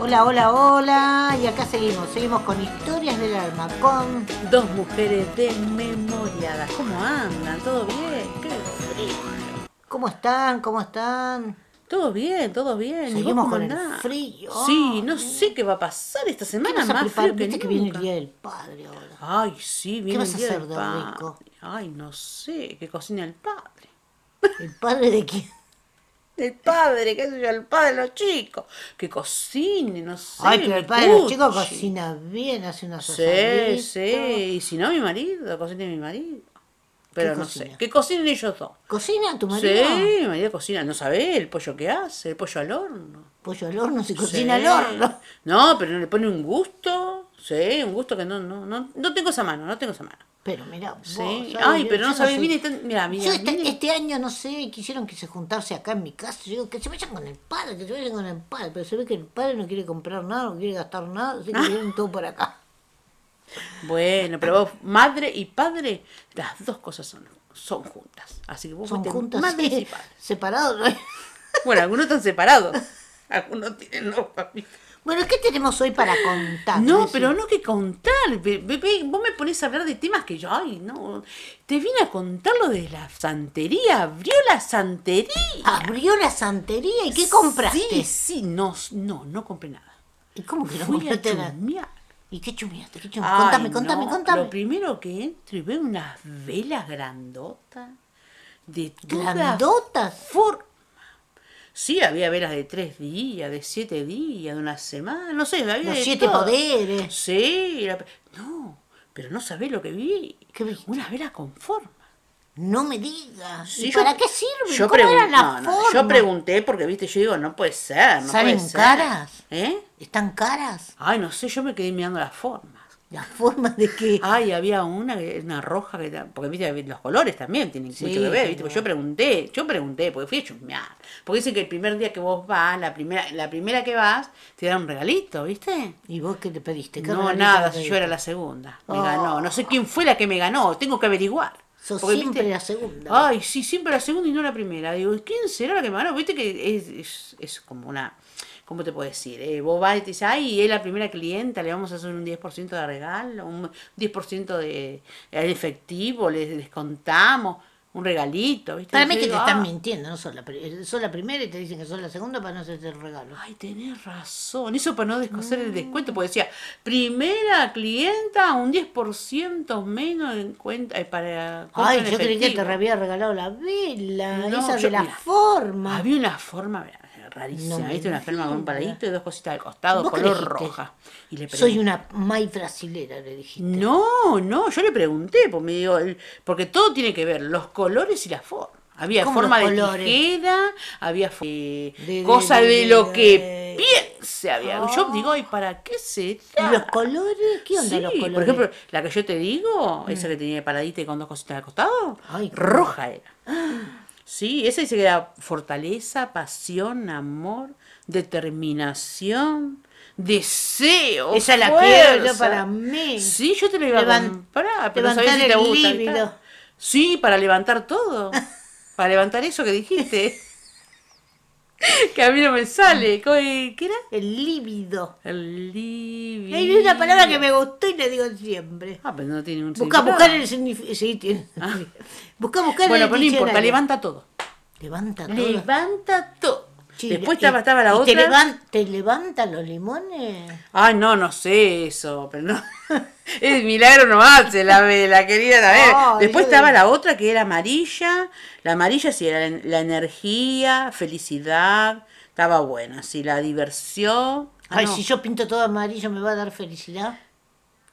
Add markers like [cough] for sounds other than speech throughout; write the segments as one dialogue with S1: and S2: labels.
S1: Hola, hola, hola. Y acá seguimos, seguimos con historias del alma, con
S2: Dos mujeres desmemoriadas. ¿Cómo andan? ¿Todo bien? ¿Qué?
S1: cómo están, cómo están.
S2: Todo bien, todo bien. ¿Y vos
S1: Seguimos
S2: cómo
S1: con el
S2: andás?
S1: frío.
S2: Sí, no sé qué va a pasar esta
S1: ¿Qué
S2: semana
S1: vas a
S2: más
S1: preparar?
S2: frío que
S1: Viste que viene el
S2: nunca.
S1: día del padre ahora.
S2: Ay, sí, viene
S1: vas
S2: el
S1: a
S2: día
S1: hacer
S2: del
S1: de
S2: padre.
S1: rico?
S2: Ay, no sé, que cocina el padre.
S1: ¿El padre de quién?
S2: El padre, qué sé yo, el padre de los chicos. Que cocine, no sé.
S1: Ay, pero el
S2: que
S1: padre de los
S2: cuche.
S1: chicos cocina bien, hace unas
S2: Sí, sí. Y si no, mi marido, cocina mi marido. Pero no
S1: cocina?
S2: sé. Que cocinen ellos dos.
S1: ¿Cocina tu marido?
S2: Sí, mi marido cocina, no sabe el pollo que hace, el pollo al horno.
S1: Pollo al horno, se cocina
S2: Sí.
S1: al horno.
S2: No, pero no le pone un gusto. Sí, un gusto que no, no, no, no tengo esa mano, no tengo esa mano.
S1: Pero mira, vos,
S2: Sí.
S1: ¿sabes?
S2: Ay,
S1: Yo-
S2: pero
S1: yo
S2: no sabes,
S1: sé.
S2: mire, tan- mira, mira.
S1: Yo este,
S2: mire.
S1: este año, no sé, quisieron que se juntase acá en mi casa. Yo digo, que se vayan con el padre, que se vayan con el padre. Pero se ve que el padre no quiere comprar nada, no quiere gastar nada,
S2: [laughs]
S1: así que vienen todo para acá.
S2: Bueno, pero vos, madre y padre, las dos cosas son, son juntas. Así que vos
S1: Son
S2: fuiste
S1: juntas,
S2: madre
S1: sí,
S2: y padre.
S1: separados. ¿no? [laughs]
S2: Bueno, algunos están separados. [laughs] Algunos tienen dos familias.
S1: Bueno, ¿qué tenemos hoy para contar?
S2: No,
S1: Decí.
S2: pero no que contar. be- Bebé, vos me ponés a hablar de temas que yo, ay, no. Te vine a contar lo de la santería. Abrió la santería.
S1: Abrió la santería y Ah, ¿qué compraste?
S2: Sí, sí, no, no, no compré nada.
S1: ¿Y cómo que no
S2: Fui a
S1: compraste nada?
S2: chusmear.
S1: ¿Y qué chumeaste? ¿Qué chumeaste?
S2: Ay,
S1: contame,
S2: no,
S1: contame, contame.
S2: Lo primero que entro y veo unas velas grandotas. De todas
S1: Grandotas.
S2: formas. Sí, había velas de tres días, de siete días, de una semana, no sé, había
S1: Los
S2: de
S1: siete
S2: eh, todo.
S1: poderes.
S2: Sí, la- no, pero no sabés lo que vi.
S1: ¿Qué viste?
S2: Una vela con forma.
S1: No me digas.
S2: Sí,
S1: ¿Y
S2: yo-
S1: ¿Para qué sirven?
S2: Yo
S1: ¿Cómo
S2: pregun-
S1: eran las
S2: no, no,
S1: formas?
S2: Yo pregunté porque, viste, yo digo, no puede ser, no
S1: ¿Salen
S2: puede ser.
S1: caras?
S2: ¿Eh?
S1: ¿Están caras?
S2: Ay, no sé, yo me quedé mirando las formas.
S1: ¿Las formas de qué?
S2: Ay, había una, que- una roja, que, ta- porque viste, los colores también tienen
S1: Sí,
S2: mucho que ver, viste,
S1: claro.
S2: porque yo pregunté, yo pregunté, porque fui a chusmear. Porque dicen que el primer día que vos vas, la primera, la primera que vas, te dan un regalito, viste.
S1: ¿Y vos qué te pediste? ¿Qué
S2: No,
S1: regalito
S2: nada,
S1: te
S2: si yo era
S1: pediste?
S2: la segunda. Me
S1: Oh.
S2: ganó. No sé quién fue la que me ganó, tengo que averiguar.
S1: Sos
S2: Porque,
S1: siempre
S2: ¿viste? Ah,
S1: la segunda.
S2: Ay, sí, siempre la segunda y no la primera. Digo, ¿quién será la que me ganó? Viste que es, es, es como una. ¿Cómo te puedo decir? Eh, vos vas y te dices, ay, es la primera clienta, le vamos a hacer un 10% de regalo, un 10% de, de efectivo, les descontamos, un regalito, ¿viste?
S1: Para
S2: Yo
S1: mí que te
S2: digo,
S1: están
S2: ah.
S1: mintiendo, no sos la, pri- eh, sos la primera y te dicen que sos la segunda para no hacerte el regalo.
S2: Ay, tenés razón. Eso para no descoser el
S1: Mm.
S2: descuento, porque decía, primera clienta, un 10% menos en cuenta eh, para compra
S1: Ay,
S2: en
S1: yo creí que te
S2: efectivo.
S1: había regalado la vela,
S2: No,
S1: esa
S2: yo-
S1: de la
S2: mira,
S1: forma.
S2: Había una forma eh, rarísima,
S1: No me
S2: ¿viste? Una forma con un
S1: digas.
S2: paladito y dos cositas al costado,
S1: ¿Vos qué
S2: color
S1: dijiste?
S2: roja. Y le pregunté,
S1: Soy una May brasilera, le dijiste.
S2: No, no, yo le pregunté, porque, me digo, el- porque todo tiene que ver, los colores y la forma. Había
S1: ¿Cómo
S2: forma
S1: los
S2: de
S1: colores?
S2: tijera, había fo- eh,
S1: de-
S2: cosa
S1: de-
S2: de,
S1: de-
S2: lo
S1: de-
S2: que piense había.
S1: Ah.
S2: Yo digo, ¿y para qué se
S1: ¿Y los colores? ¿Qué onda
S2: Sí,
S1: los colores?
S2: por ejemplo, la que yo te digo, esa que tenía paradita y con dos cositas al costado,
S1: Mm. Ay, qué
S2: roja era. Sí, esa dice que era fortaleza, pasión, amor, determinación, deseo.
S1: Esa la
S2: fuerza.
S1: quiero yo para mí.
S2: Sí, yo te la iba
S1: Levan-
S2: a comprar, pero no sabía
S1: levantar
S2: si te
S1: el
S2: gusta.
S1: líbido.
S2: ¿viste? Sí, para
S1: [laughs]
S2: levantar todo. para levantar eso que dijiste. [laughs] que a mí no me sale. ¿Cómo- ¿Qué era?
S1: El líbido.
S2: El libido.
S1: Hay una palabra que me gustó y le digo siempre.
S2: Ah, pero no tiene un
S1: Busca
S2: significado.
S1: buscar el significado. Sí, tiene. [laughs] Busca buscar
S2: Ah. Bueno,
S1: el
S2: pero no importa,
S1: diccionario.
S2: levanta todo.
S1: Levanta todo.
S2: Levanta todo.
S1: Sí, y-
S2: Después estaba, estaba la
S1: y
S2: otra.
S1: Te, levan- te levanta los limones?
S2: Ay, no, no sé eso, pero no. [laughs] Es milagro no hace la vela, querida la vela.
S1: Ay,
S2: Después
S1: yo-
S2: estaba la otra que era amarilla. La amarilla sí era la, la energía, felicidad. Estaba buena, sí, la diversión. Ah,
S1: Ay,
S2: no.
S1: si yo pinto todo amarillo, ¿me va a dar felicidad?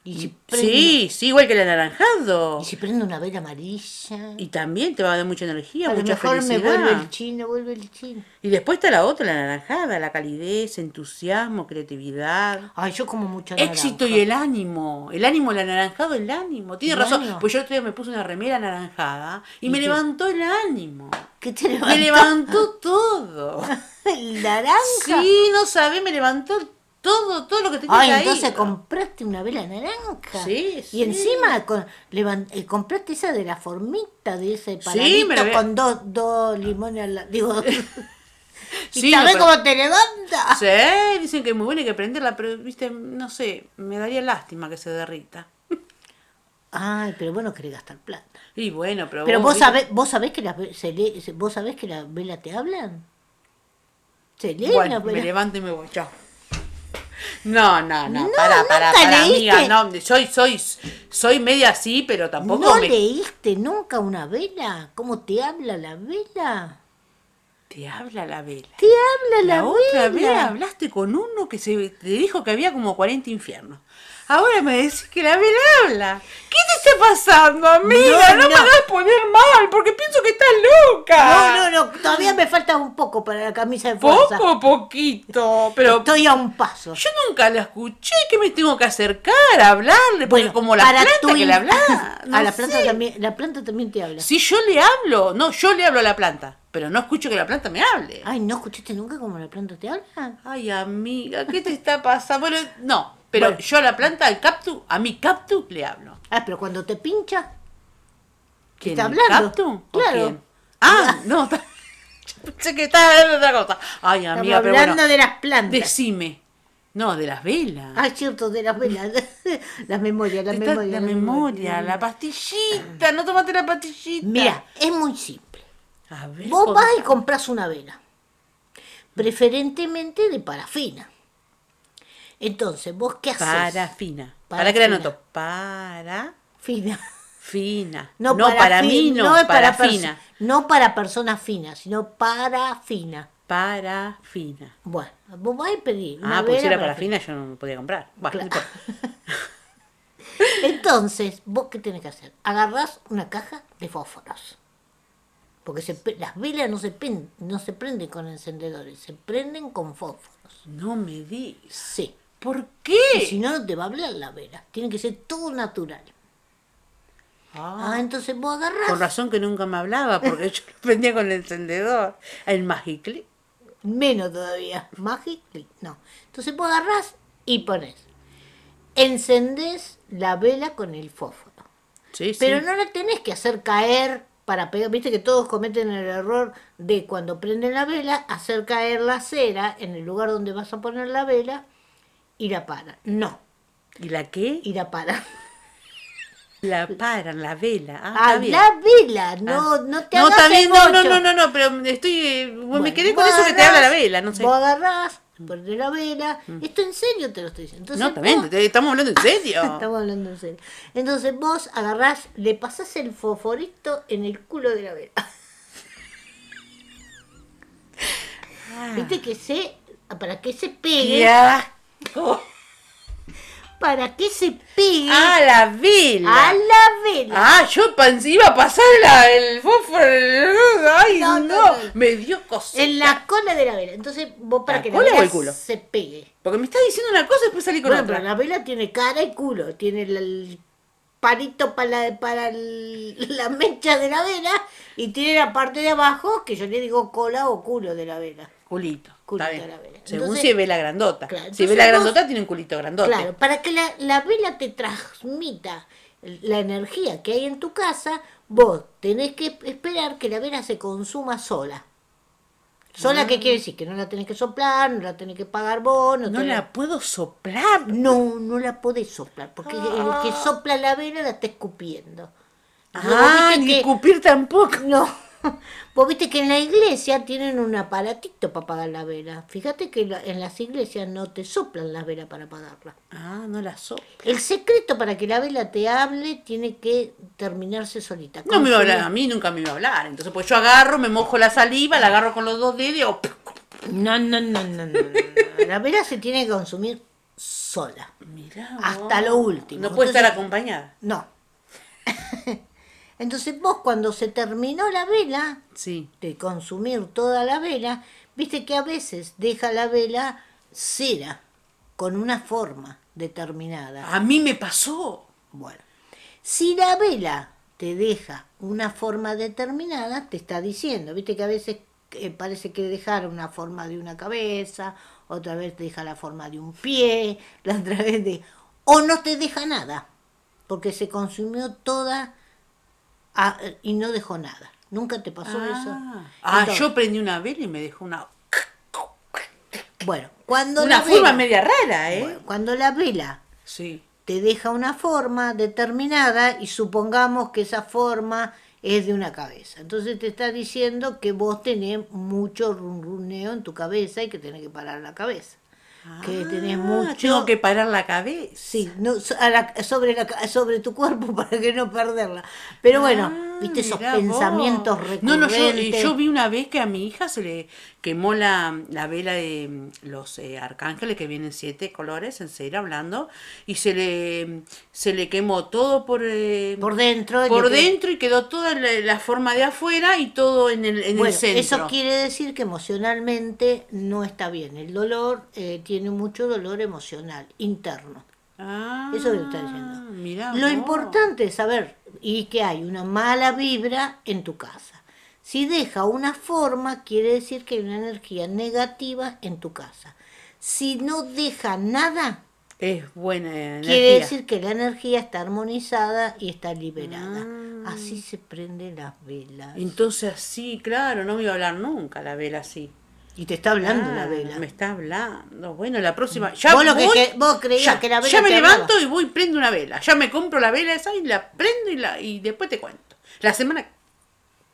S1: Y si prendo,
S2: Mm, Sí, sí, igual que el anaranjado.
S1: y si prendo una vela amarilla.
S2: Y también te va a dar mucha energía,
S1: a lo
S2: mucha
S1: mejor me
S2: felicidad.
S1: vuelve el chino, vuelve el chino.
S2: Y después está la otra, la naranjada, la calidez, entusiasmo, creatividad.
S1: Ay, yo como mucha
S2: Éxito y el ánimo. El ánimo, el anaranjado, el ánimo. Tiene
S1: ¿El
S2: razón.
S1: ánimo?
S2: Pues yo otro día me puse una remera anaranjada y,
S1: ¿Y
S2: me
S1: qué?
S2: levantó el
S1: [laughs]
S2: ánimo.
S1: ¿Qué te
S2: Me
S1: levanta?
S2: levantó todo.
S1: [laughs] ¿El naranja?
S2: Sí, no sabés, me levantó todo, todo lo que tenía
S1: Ay,
S2: caído.
S1: entonces compraste una vela naranja.
S2: Sí,
S1: y
S2: sí.
S1: encima con- levan- eh, compraste esa de la formita de ese paradito
S2: me la ve- [laughs]
S1: con dos dos limones al la- digo, [laughs]
S2: Sí,
S1: y
S2: no,
S1: sabés
S2: pero-
S1: cómo te levanta.
S2: Sí, dicen que es muy buena y que prenderla, pero viste, no sé, me daría lástima que se derrita.
S1: Ay, pero bueno, querés gastar plata.
S2: Y bueno, pero.
S1: Pero vos
S2: viste-
S1: sabés, vos sabés que las ve- se le- se- vos sabés que las velas te hablan. Se leen
S2: Bueno,
S1: las
S2: me
S1: velas.
S2: levanto y me voy, chao. No, no, no,
S1: No,
S2: para, para,
S1: nunca
S2: para, amiga,
S1: leíste.
S2: no, soy, soy, soy media así, pero tampoco
S1: ¿No
S2: me...
S1: leíste nunca una vela? ¿Cómo te habla la vela?
S2: Te habla la vela.
S1: Te habla la,
S2: La otra vez
S1: vela.
S2: hablaste con uno que se te dijo que había como 40 infiernos. Ahora me decís que la vela habla. ¿Qué te está pasando, amiga? No,
S1: No,
S2: me
S1: no.
S2: hagas poner mal, porque pienso que estás loca.
S1: No, no, no, todavía me falta un poco para la camisa de fuerza.
S2: Ah. Poco, poquito. Pero
S1: Estoy a un paso.
S2: yo nunca la escuché. ¿Qué me tengo que acercar a hablarle? Porque como la planta
S1: tu
S2: que le
S1: in- [laughs]
S2: habla.
S1: a la planta también, la planta también te habla.
S2: Si yo le hablo, no, yo le hablo a la planta, pero no escucho que la planta me hable.
S1: Ay, ¿no escuchaste nunca cómo la planta te habla?
S2: Ay, amiga, ¿qué te está pasando? Bueno, no, pero
S1: Bueno.
S2: yo a la planta, al cactus, a mi cactus le hablo.
S1: Ah, pero cuando te pincha,
S2: ¿Quién?
S1: está
S2: ¿El
S1: hablando?
S2: cactus? ¿O
S1: Claro.
S2: quién? Ah, no, está- [laughs] yo pensé que estaba hablando de otra cosa. Ay,
S1: estamos
S2: amiga, pero
S1: hablando
S2: bueno,
S1: de las plantas.
S2: decime. No, de las velas.
S1: Ah, cierto, de las velas. [laughs] las memorias, las
S2: Te está-
S1: memorias.
S2: la
S1: las
S2: memoria, la pastillita, no tomaste la pastillita.
S1: Mira, es muy simple.
S2: a ver,
S1: Vos
S2: con-
S1: vas y compras una vela, preferentemente de parafina. Entonces, ¿vos qué haces?
S2: parafina. Para, que la
S1: Parafina.
S2: anoto. Para
S1: Fina.
S2: fina. [laughs] No,
S1: No,
S2: para,
S1: fi-
S2: mí no,
S1: es
S2: para,
S1: perso-
S2: fina.
S1: No para personas finas, sino para fina.
S2: Para fina.
S1: Bueno, vos vas a pedir. una
S2: Ah, porque si
S1: vela
S2: era parafina yo no me podía comprar. Bueno,
S1: Claro.
S2: no importa.
S1: Entonces, vos qué tenés que hacer? Agarrás una caja de fósforos. Porque se pe- las velas no se, pen- no se prenden con encendedores, se prenden con fósforos.
S2: no me digas.
S1: Sí.
S2: ¿Por
S1: Y
S2: qué?
S1: si no, no te va a hablar la vela. Tiene que ser todo natural.
S2: Ah,
S1: Ah, entonces vos agarrás.
S2: con razón que nunca me hablaba, porque yo lo prendía con el encendedor. El magiclip.
S1: Menos todavía. Magic, click, no. Entonces vos agarrás y pones. Encendés la vela con el fósforo.
S2: Sí, sí.
S1: Pero no la tenés que hacer caer para pegar. Viste que todos cometen el error de cuando prenden la vela, hacer caer la cera en el lugar donde vas a poner la vela y la paran. No,
S2: ¿Y la qué?
S1: y la paran.
S2: La paran, la vela. Ah,
S1: [laughs] A
S2: está bien.
S1: la vela, no,
S2: Ah.
S1: no te
S2: No,
S1: hagas
S2: está bien, no, no,
S1: emocho.
S2: no, no, no, pero estoy. eh, me
S1: Bueno,
S2: quedé con
S1: vos
S2: eso que te habla la
S1: agarrás,
S2: vela, no sé. Mm.
S1: Vos agarrás, ponés la vela. Esto en serio te lo estoy diciendo. Entonces
S2: No, también,
S1: vos-
S2: te- estamos hablando en [laughs] serio.
S1: Estamos hablando en serio. Entonces vos agarrás, le pasás el fosforito en el culo de la vela.
S2: Ah.
S1: Viste que se, para que se pegue,
S2: Qué asco.
S1: para que se pegue
S2: A Ah. la vela.
S1: a la vela.
S2: Ah, yo pan- iba a pasar la- el fósforo. el- Ay,
S1: No,
S2: no,
S1: no, no.
S2: me dio cosita.
S1: En la cola de la vela. Entonces vos para
S2: ¿La
S1: que
S2: cola o
S1: la
S2: el
S1: vela
S2: culo?
S1: se pegue.
S2: Porque me está diciendo una cosa y después salí con
S1: Bueno,
S2: otra.
S1: pero la vela tiene cara y culo. Tiene el, el palito para, la, para el- [laughs] la mecha de la vela y tiene la parte de abajo que yo le digo cola o culo de la vela.
S2: Culito.
S1: Culito
S2: está
S1: a la
S2: bien.
S1: vela.
S2: Según
S1: Entonces-
S2: si ve la grandota.
S1: Claro,
S2: si ve
S1: entonces
S2: la
S1: vos-
S2: grandota, tiene un culito grandote.
S1: Claro, para que la, la vela te transmita la energía que hay en tu casa, vos tenés que esperar que la vela se consuma sola. Sola, ¿qué quiere decir? Que no la tenés que soplar, no la tenés que pagar vos, no,
S2: Ah. No
S1: tenés-
S2: la puedo soplar.
S1: No, no la podés soplar, porque el
S2: Ah.
S1: que sopla la vela la está escupiendo. Entonces, vos
S2: Ah,
S1: viste
S2: ni
S1: que-
S2: escupir tampoco.
S1: [laughs] No, vos viste que en la iglesia tienen un aparatito para apagar la vela. Fíjate que la- en las iglesias no te soplan las velas para apagarla.
S2: Ah, no la soplo.
S1: El secreto para que la vela te hable tiene que terminarse solita.
S2: No me iba a hablar, a
S1: Consumir-
S2: mí nunca me iba a hablar. Entonces, pues yo agarro, me mojo la saliva, la agarro con los dos dedos. y hago ¡puc!
S1: No, no, no, no, no, no, no. La vela se tiene que consumir sola.
S2: Mirá
S1: Hasta
S2: vos.
S1: lo último.
S2: No puede
S1: Entonces-
S2: estar acompañada.
S1: No. [laughs] Entonces vos cuando se terminó la vela,
S2: Sí.
S1: de consumir toda la vela, viste que a veces deja la vela cera, con una forma determinada.
S2: A mí me pasó.
S1: Bueno, si la vela te deja una forma determinada, te está diciendo, viste que a veces eh, parece que dejar una forma de una cabeza, otra vez te deja la forma de un pie, la otra [laughs] vez de... o no te deja nada, porque se consumió toda ah, eh, y no dejó nada. ¿Nunca te pasó eso?
S2: Ah, Ah,
S1: Entonces-
S2: yo prendí una vela y me dejó una.
S1: Bueno, cuando
S2: Una
S1: la
S2: forma
S1: vela,
S2: media rara, ¿eh?
S1: bueno, cuando la vela
S2: Sí.
S1: te deja una forma determinada y supongamos que esa forma es de una cabeza. Entonces te está diciendo que vos tenés mucho runruneo en tu cabeza y que tenés que parar la cabeza. que tenés
S2: Ah,
S1: mucho...
S2: Tengo que parar la cabeza.
S1: Sí, no, so- a la- sobre, la ca- sobre tu cuerpo [laughs] para que no perderla. Pero bueno,
S2: Ah,
S1: viste esos
S2: mirá
S1: pensamientos
S2: vos.
S1: recurrentes.
S2: No, no, yo, eh, yo vi una vez que a mi hija se le quemó la, la vela de mm, los eh, arcángeles, que vienen siete colores, en seguir hablando, y se le, mm, se le quemó todo por, eh,
S1: Por dentro.
S2: por
S1: yo creo-
S2: dentro y quedó toda la, la forma de afuera y todo en el, en el
S1: Bueno,
S2: centro.
S1: eso quiere decir que emocionalmente no está bien. El dolor eh, tiene mucho dolor emocional, interno.
S2: Ah,
S1: Eso lo está diciendo.
S2: mirá
S1: Lo
S2: vos.
S1: importante es saber y que hay una mala vibra en tu casa. Si deja una forma, quiere decir que hay una energía negativa en tu casa. Si no deja nada,
S2: Es buena energía.
S1: quiere decir que la energía está armonizada y está liberada.
S2: Ah.
S1: Así se prenden las velas.
S2: Entonces así, claro, no me iba a hablar nunca la vela así.
S1: Y te está hablando la
S2: Ah,
S1: vela.
S2: Me está hablando. Bueno, la próxima. Ya
S1: Vos lo que
S2: voy-
S1: que- vos creías
S2: ya,
S1: que la vela
S2: ya me
S1: te
S2: levanto
S1: hablaba.
S2: y voy y prendo una vela. Ya me compro la vela esa y la prendo y, la, y después te cuento. La semana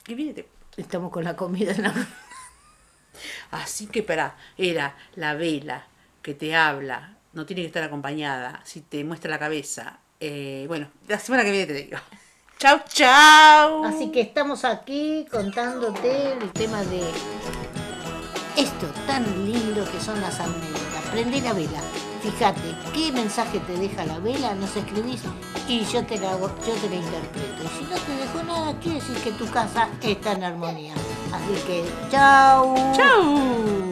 S2: que viene te
S1: Estamos con la comida en la
S2: Así que para era la vela que te habla, no tiene que estar acompañada, si te muestra la cabeza. eh, bueno, la semana que viene te digo. [laughs] Chau, chau.
S1: Así que estamos aquí contándote el tema de esto tan lindo que son las almendras. Prende la vela. Fíjate qué mensaje te deja la vela, nos escribís y yo te la, hago- yo te la interpreto. Y si no te dejó nada, quiere decir que tu casa está en armonía. Así que chao.
S2: Chau.